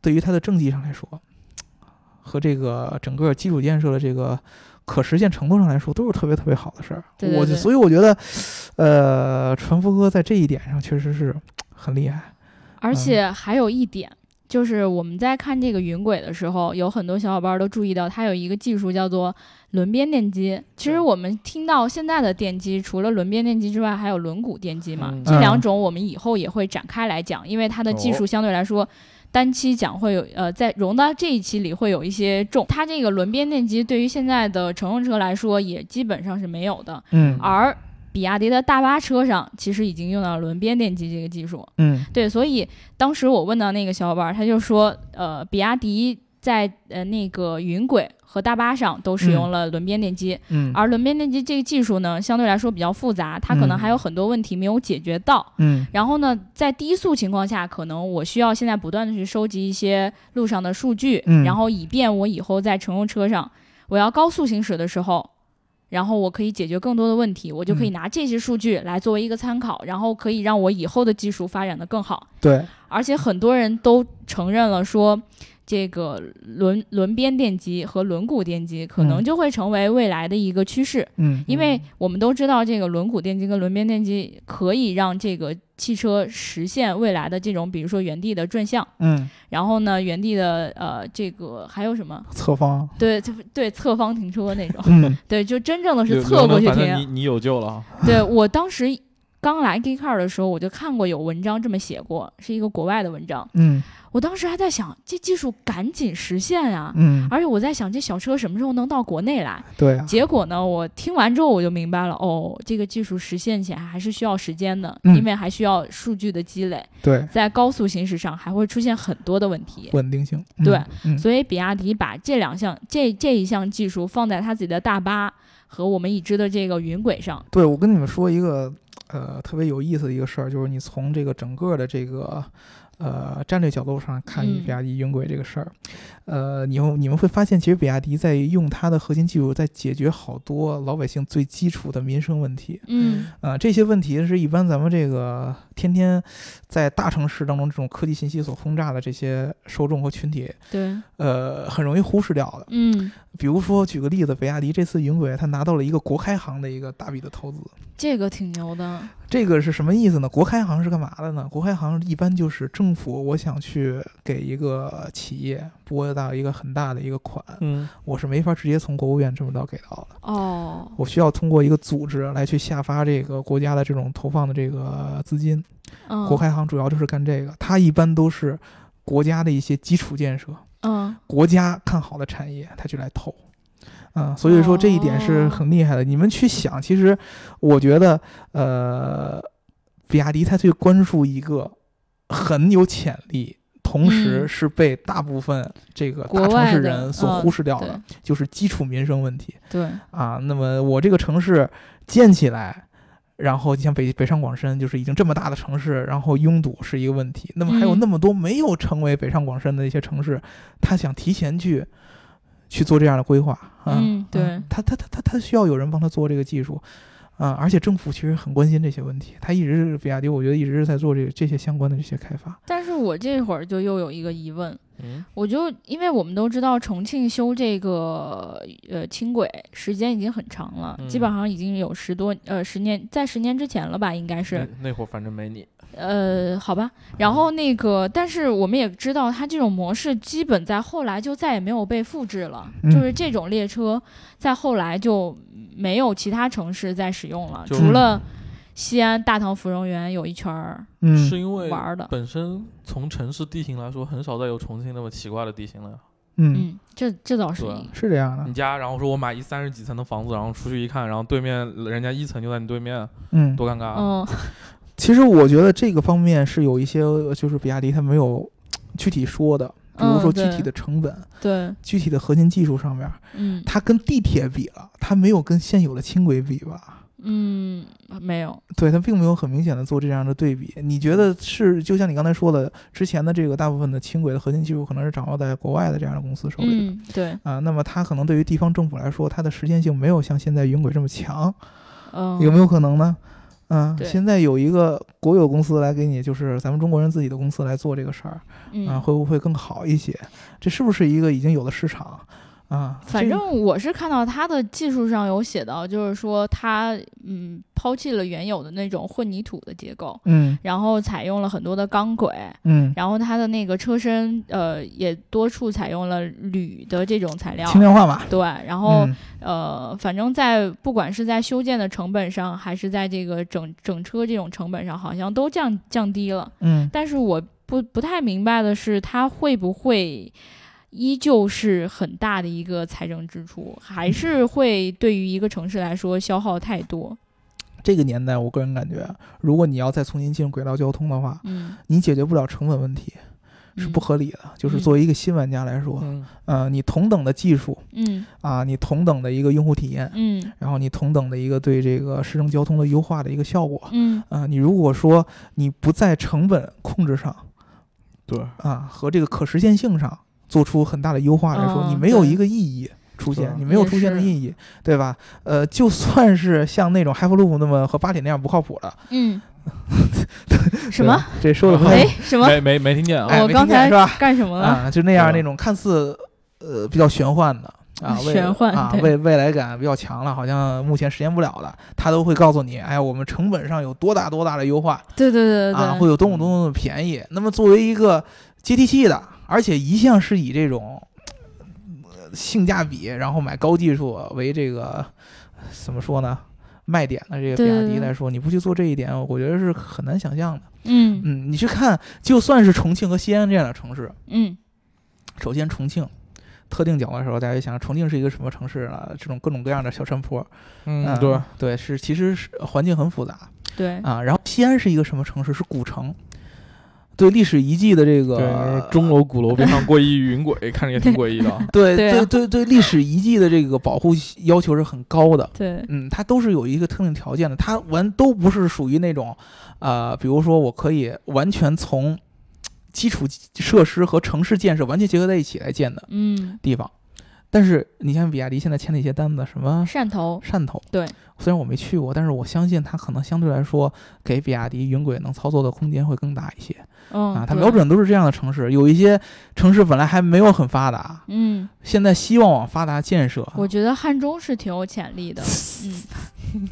S2: 对于它的政绩上来说，和这个整个基础建设的这个可实现程度上来说，都是特别特别好的事儿。
S1: 对对
S2: 我就
S1: 对
S2: 所以我觉得，呃，船夫哥在这一点上确实是很厉害。
S3: 嗯
S1: 而且还有一点，就是我们在看这个云轨的时候，有很多小伙伴都注意到，它有一个技术叫做轮边电机。其实
S3: 对
S1: 我们听到现在的电机，除了轮边电机之外，还有轮毂电机嘛。
S3: 嗯
S1: 这两种我们以后也会展开来讲，因为它的技术
S3: 哦
S1: 相对来说。单期讲会有，呃，在融到这一期里会有一些重。它这个轮边电机对于现在的乘用车来说，也基本上是没有的。
S2: 嗯
S1: 而比亚迪的大巴车上其实已经用到了轮边电机这个技术。
S2: 嗯
S1: 对，所以当时我问到那个小伙伴儿，他就说，呃，比亚迪在呃那个云轨和大巴上都使用了轮边电机，
S2: 嗯
S1: 而轮边电机这个技术呢，相对来说比较复杂，它可能
S2: 嗯
S1: 还有很多问题没有解决到。
S2: 嗯
S1: 然后呢，在低速情况下，可能我需要现在不断的去收集一些路上的数据，
S2: 嗯
S1: 然后以便我以后在乘用车上，我要高速行驶的时候，然后我可以解决更多的问题，我就可以
S2: 嗯
S1: 拿这些数据来作为一个参考，然后可以让我以后的技术发展的更好。
S2: 对，
S1: 而且很多人都承认了说，这个轮轮边电机和轮毂电机可能
S2: 嗯
S1: 就会成为未来的一个趋势。
S2: 嗯
S1: 因为我们都知道，这个轮毂电机跟轮边电机可以让这个汽车实现未来的这种，比如说原地的转向，
S2: 嗯，
S1: 然后呢，原地的呃这个还有什么？
S2: 侧方，，
S1: 对就对，侧方停车那种
S2: 嗯
S1: 对，就真正的是
S3: 刘
S1: 侧过
S3: 刘能
S1: 去
S3: 反正
S1: 停。
S3: 你你有救了啊，
S1: 对我当时刚来 G Car 的时候，我就看过有文章这么写过，是一个国外的文章。
S2: 嗯
S1: 我当时还在想，这技术赶紧实现啊！
S2: 嗯，
S1: 而且我在想，这小车什么时候能到国内来？
S2: 对啊，
S1: 结果呢，我听完之后我就明白了，哦，这个技术实现起来还是需要时间的，
S2: 嗯
S1: 因为还需要数据的积累，
S2: 对，
S1: 在高速行驶上还会出现很多的问题。
S2: 稳定性，嗯
S1: 对，
S2: 嗯
S1: 所以，比亚迪把这两项这这一项技术放在他自己的大巴和我们已知的这个云轨上。
S2: 对，我跟你们说一个呃特别有意思的一个事儿，就是你从这个整个的这个呃战略角度上看
S1: 嗯
S2: 比亚迪云轨这个事儿，呃，你会你们会发现，其实比亚迪在用它的核心技术在解决好多老百姓最基础的民生问题。
S1: 嗯，
S2: 啊、这些问题是一般咱们这个天天在大城市当中这种科技信息所轰炸的这些受众和群体，
S1: 对，
S2: 呃，很容易忽视掉的。
S1: 嗯，
S2: 比如说，举个例子，比亚迪这次云轨，它拿到了一个国开行的一个大笔的投资。
S1: 这个挺牛的。
S2: 这个是什么意思呢？国开行是干嘛的呢？国开行一般就是政府，我想去给一个企业拨到一个很大的一个款，
S3: 嗯，
S2: 我是没法直接从国务院这么着给到的，
S1: 哦，
S2: 我需要通过一个组织来去下发这个国家的这种投放的这个资金。
S1: 嗯，
S2: 国开行主要就是干这个，它一般都是国家的一些基础建设，
S1: 嗯，
S2: 国家看好的产业，它就来投。嗯，所以说这一点
S1: 哦
S2: 是很厉害的。你们去想，其实我觉得，呃，比亚迪它去关注一个很有潜力，同时
S1: 嗯
S2: 是被大部分这个
S1: 国
S2: 大城
S1: 外
S2: 市
S1: 的
S2: 人所
S1: 嗯
S2: 忽视掉的，
S1: 对
S2: 就是基础民生问题
S1: 对，
S2: 啊。那么我这个城市建起来。然后，你像北北上广深，就是已经这么大的城市，然后拥堵是一个问题。那么还有
S1: 嗯
S2: 那么多没有成为北上广深的一些城市，他想提前去去做这样的规划啊。
S1: 嗯，对
S2: 啊，他他他他他需要有人帮他做这个技术啊，而且政府其实很关心这些问题，他一直是比亚迪，我觉得一直是在做这这些相关的这些开发。
S1: 但是我这会儿就又有一个疑问，
S3: 嗯，
S1: 我就因为我们都知道重庆修这个呃轻轨时间已经很长了，
S3: 嗯
S1: 基本上已经有十多呃十年，在十年之前了吧，应该是
S3: 那那会儿反正没你，
S1: 呃好吧。然后那个，但是我们也知道，它这种模式基本在后来就再也没有被复制了，
S2: 嗯
S1: 就是这种列车在后来就没有其他城市在使用了，
S3: 就嗯
S1: 除了西安大唐芙蓉园有一圈儿
S3: 是
S2: 嗯
S3: 因为
S1: 玩儿的。
S3: 本身从城市地形来说，很少再有重庆那么奇怪的地形了呀。
S2: 嗯，
S1: 嗯，这这倒是
S3: 对
S1: 一
S2: 是这样的
S3: 你，家，然后说我买一三十几层的房子，然后出去一看，然后对面人家一层就在你对面，
S2: 嗯，
S3: 多尴尬啊！
S1: 嗯
S2: 其实我觉得这个方面是有一些，呃就是比亚迪它没有具体说的，比如
S1: 嗯
S2: 说具
S1: 对
S2: 体的成本、
S1: 对
S2: 具体的核心技术上面，
S1: 嗯
S2: 它跟地铁比了，它没有跟现有的轻轨比吧？
S1: 嗯没有。
S2: 对，它并没有很明显的做这样的对比。你觉得是？就像你刚才说的，之前的这个大部分的轻轨的核心技术可能是掌握在国外的这样的公司手里。
S1: 嗯，对，
S2: 啊，那么它可能对于地方政府来说，它的实践性没有像现在云轨这么强，
S1: 嗯，
S2: 有没有可能呢？嗯，
S1: 对
S2: 现在有一个国有公司来给你，就是咱们中国人自己的公司来做这个事儿，
S1: 嗯
S2: 啊，会不会更好一些？这是不是一个已经有的市场啊？
S1: 反
S2: 这
S1: 正我是看到他的技术上有写到，就是说他嗯抛弃了原有的那种混凝土的结构，
S2: 嗯
S1: 然后采用了很多的钢轨，
S2: 嗯，
S1: 然后它的那个车身呃也多处采用了铝的这种材料。
S2: 轻量化嘛。
S1: 对，然后、
S2: 嗯
S1: 呃，反正在不管是在修建的成本上，还是在这个整整车这种成本上，好像都降降低了。
S2: 嗯
S1: 但是我不不太明白的是，它会不会依旧是很大的一个财政支出，还
S2: 嗯
S1: 是会对于一个城市来说消耗太多？
S2: 这个年代，我个人感觉，如果你要再重新进入轨道交通的话，
S1: 嗯，
S2: 你解决不了成本问题是不合理的。就是作为一个新玩家来说，
S3: 嗯，
S2: 呃，你同等的技术
S1: 嗯
S2: 啊，你同等的一个用户体验，
S1: 嗯
S2: 然后你同等的一个对这个市政交通的优化的一个效果。
S1: 嗯
S2: 啊、你如果说你不在成本控制上
S3: 对，
S2: 啊和这个可实现性上做出很大的优化来说，
S1: 嗯
S2: 你没有
S1: 对
S2: 一个意义出现
S3: 对，
S2: 你没有
S1: 也
S2: 出现的
S1: 是
S2: 意义，对吧？呃，就算是像那种 Hyperloop 那么和巴铁那样不靠谱的，
S1: 嗯， 什么？
S2: 对？这说的话
S1: 哎，什么？
S3: 没没没听见啊
S2: 哎？
S1: 我
S2: 没
S1: 刚
S2: 听见
S1: 才
S2: 是吧
S1: 干什么了？
S2: 啊，就那样
S3: 嗯
S2: 那种看似呃比较玄幻的。啊，未
S1: 玄幻
S2: 啊
S1: 对，
S2: 未未来感比较强了，好像目前实现不了了，他都会告诉你，哎，我们成本上有多大多大的优化，
S1: 对对对对对，
S2: 啊，会有多么多么的便宜。那么作为一个接地气的，而且一向是以这种、呃性价比，然后买高技术为这个怎么说呢？卖点的这个
S1: 对
S2: 比亚
S1: 对
S2: 迪
S1: 对
S2: 来说，你不去做这一点，我觉得是很难想象的。
S1: 嗯
S2: 嗯，你去看，就算是重庆和西安这样的城市，
S1: 嗯
S2: 首先重庆。特定角度的时候，大家就想重庆是一个什么城市啊？这种各种各样的小山坡，啊
S3: 嗯，对，
S2: 对，是其实是环境很复杂，
S1: 对，
S2: 啊，然后西安是一个什么城市？是古城，对历史遗迹的这
S3: 对，就是
S2: 个
S3: 钟楼鼓楼边上 过一云轨，看着也挺诡异的。
S2: 对
S1: 对啊
S2: 对对对历史遗迹的这个保护要求是很高的。
S1: 对
S2: 嗯，它都是有一个特定条件的，它完都不是属于那种，呃，比如说我可以完全从基础设施和城市建设完全结合在一起来建的
S1: 嗯，
S2: 地方。但是你像比亚迪现在签的一些单子，什么
S1: 汕头，
S2: 汕头，
S1: 对，
S2: 虽然我没去过，但是我相信它可能相对来说给比亚迪云轨能操作的空间会更大一些。
S1: 嗯
S2: 啊，它
S1: 对
S2: 瞄准都是这样的城市，有一些城市本来还没有很发达，
S1: 嗯，
S2: 现在希望往发达建设，
S1: 我觉得汉中是挺有潜力的， 嗯，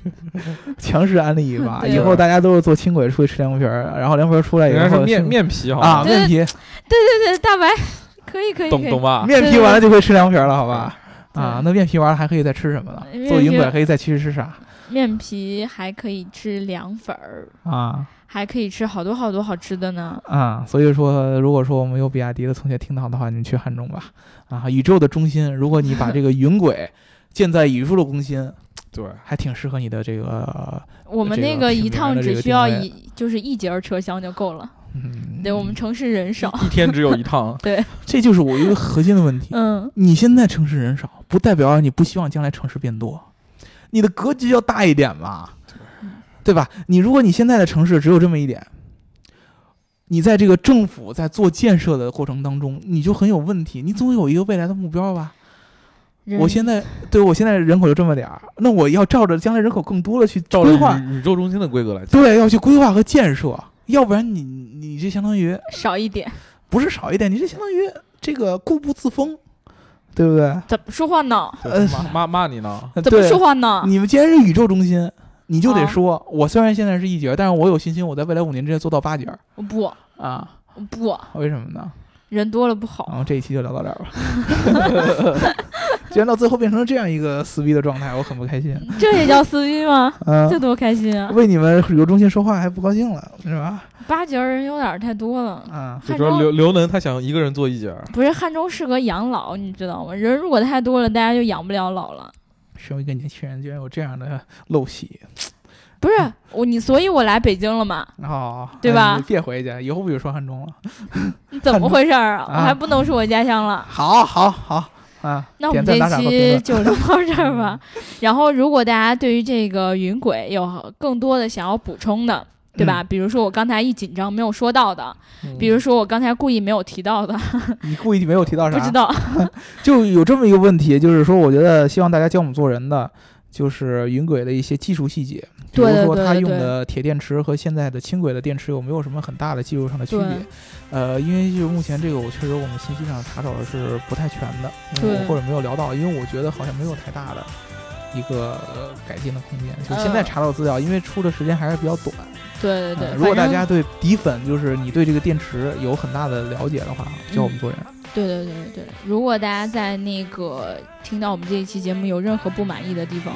S2: 强势安利一把，
S1: 对
S2: 以后大家都是坐轻轨出去吃凉皮儿，然后凉皮儿出来以
S3: 人家是
S2: 后
S3: 面面皮好
S2: 啊
S3: 吧，
S2: 面皮
S1: 对对，大白，可以可以可
S3: 懂
S1: 以
S3: 懂，吧？
S2: 面皮完了就可以吃凉皮儿了，好吧？
S1: 对
S2: 啊，那面皮完了还可以再吃什么呢
S1: 面？皮
S2: 坐云轨可以再去吃啥
S1: 面皮还可以吃凉粉儿，
S2: 啊
S1: 还可以吃好多好多好吃的呢。
S2: 啊！所以说，如果说我们有比亚迪的同学听到的话，你们去汉中吧，啊，宇宙的中心，如果你把这个云轨建在宇宙的中心，
S3: 对，
S2: 还挺适合你的这个，
S1: 我们那
S2: 这个
S1: 一
S2: 挺明白
S1: 趟
S2: 的这
S1: 只
S2: 个
S1: 需要
S2: 定位
S1: 一就是一节儿车厢就够了。
S2: 嗯，
S1: 对我们城市人少，，
S3: 一天只有一趟
S2: 这就是我一个核心的问题。
S1: 嗯，
S2: 你现在城市人少，不代表你不希望将来城市变多，你的格局要大一点嘛，对吧？你如果你现在的城市只有这么一点，你在这个政府在做建设的过程当中，你就很有问题。你总有一个未来的目标吧？
S1: 人
S2: 我现在对我现在人口就这么点儿，那我要照着将来人口更多了去
S3: 照着
S2: 规划，
S3: 宇宇宙中心的规格来讲，
S2: 对，要去规划和建设，要不然你你这相当于
S1: 少一点，
S2: 不是少一点，你这相当于这个固步自封，对不对？
S1: 怎么说话呢？
S3: 对骂骂骂你呢？
S1: 怎么
S2: 对
S1: 说话呢？
S2: 你们既然是宇宙中心，你就得
S1: 啊
S2: 说，我虽然现在是一节儿，但是我有信心，我在未来五年之内做到八节儿
S1: 我不，
S2: 啊？
S1: 我不，
S2: 为什么呢？
S1: 人多了不 好。
S2: 然后这一期就聊到这儿吧。居然到最后变成了这样一个撕逼的状态，我很不开心。
S1: 这也叫撕逼吗？
S2: 嗯、
S1: 这多开心啊！
S2: 为你们宇宙中心说话还不高兴了是吧？
S1: 八节人有点儿太多了。
S2: 啊，
S3: 就
S1: 汉
S3: 说
S1: 中
S3: 刘刘能他想一个人做一节儿，
S1: 不是汉中适合养老，你知道吗？人如果太多了，大家就养不了老了。
S2: 身为一个年轻人，居然有这样的陋习
S1: 不是我你，所以我来北京了嘛？
S2: 哦，
S1: 对吧
S2: 哎你别回去，以后不许说汉中了。
S1: 你怎么回事儿啊？
S2: 啊
S1: 我还不能说我家乡 了。
S2: 好，好，好啊！
S1: 那我们
S2: 点
S1: 这
S2: 赞打赏和评
S1: 期
S2: 论
S1: 就聊到这儿吧。
S2: 嗯
S1: 然后，如果大家对于这个云轨有更多的想要补充的，对
S2: 嗯
S1: 吧？比如说我刚才一紧张没有说到的，比如说我刚才故意没有提到的，
S2: 你故意没有提到啥？
S1: 不知道。
S2: 就有这么一个问题，就是说，我觉得希望大家教我们做人的，就是云轨的一些技术细节，比如
S1: 对对
S2: 说
S1: 对
S2: 它
S1: 对
S2: 用
S1: 对
S2: 的铁电池和现在的轻轨的电池有没有什么很大的技术上的区别
S1: 对？
S2: 呃，因为就是目前这个，我确实我们信息上查找的是不太全的，
S1: 对
S2: 嗯或者没有聊到，因为我觉得好像没有太大的。一个呃改进的空间，就现在
S1: 嗯
S2: 查到资料，因为出的时间还是比较短。
S1: 对对对，
S2: 嗯如果大
S1: 反正
S2: 家对底粉，就是你对这个电池有很大的了解的话，教我们做人。
S1: 对对对对对，如果大家在那个听到我们这一期节目有任何不满意的地方，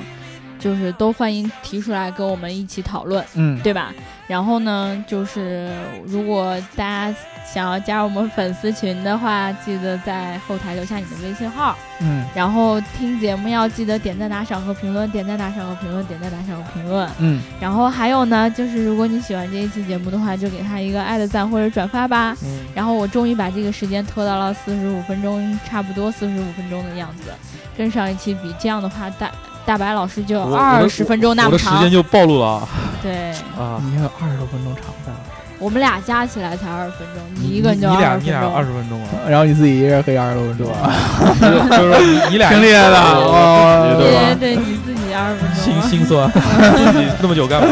S1: 就是都欢迎提出来跟我们一起讨论，
S2: 嗯，
S1: 对吧？然后呢，就是如果大家想要加入我们粉丝群的话，记得在后台留下你的微信号。
S2: 嗯
S1: 然后听节目要记得点赞、打赏和评论，点赞、打赏和评论，点赞、打赏和评论。
S2: 嗯，
S1: 然后还有呢，就是如果你喜欢这一期节目的话，就给他一个爱的赞或者转发吧。
S3: 嗯，
S1: 然后我终于把这个时间拖到了四十五分钟，差不多四十五分钟的样子，跟上一期比，这样的话大大白老师就
S3: 我
S1: 有
S3: 我的
S1: 二十分哦钟那
S3: 我
S1: 么
S3: 的时
S1: 长
S3: 间。就暴露了啊
S1: 对，
S3: 啊！
S2: 你还有二十多分钟长的。
S1: 我们俩加起来才二十分钟，一个人就
S3: 你俩
S1: 二
S3: 你
S1: 十分
S3: 俩二
S1: 钟。
S3: 十分钟啊，
S2: 然后你自己一人可以二十多分钟，
S3: 就是就是说你你俩
S2: 挺厉害的哦
S3: 我自己对吧
S1: 对？对，你自己二十分
S3: 心
S1: 钟。啊
S3: 心酸，自己那么久干嘛？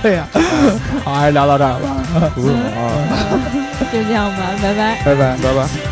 S2: 对呀、好，还是聊到这儿吧，
S3: 不是啊，
S1: 就这样吧，拜拜。
S2: 拜拜，拜拜。
S3: 拜拜。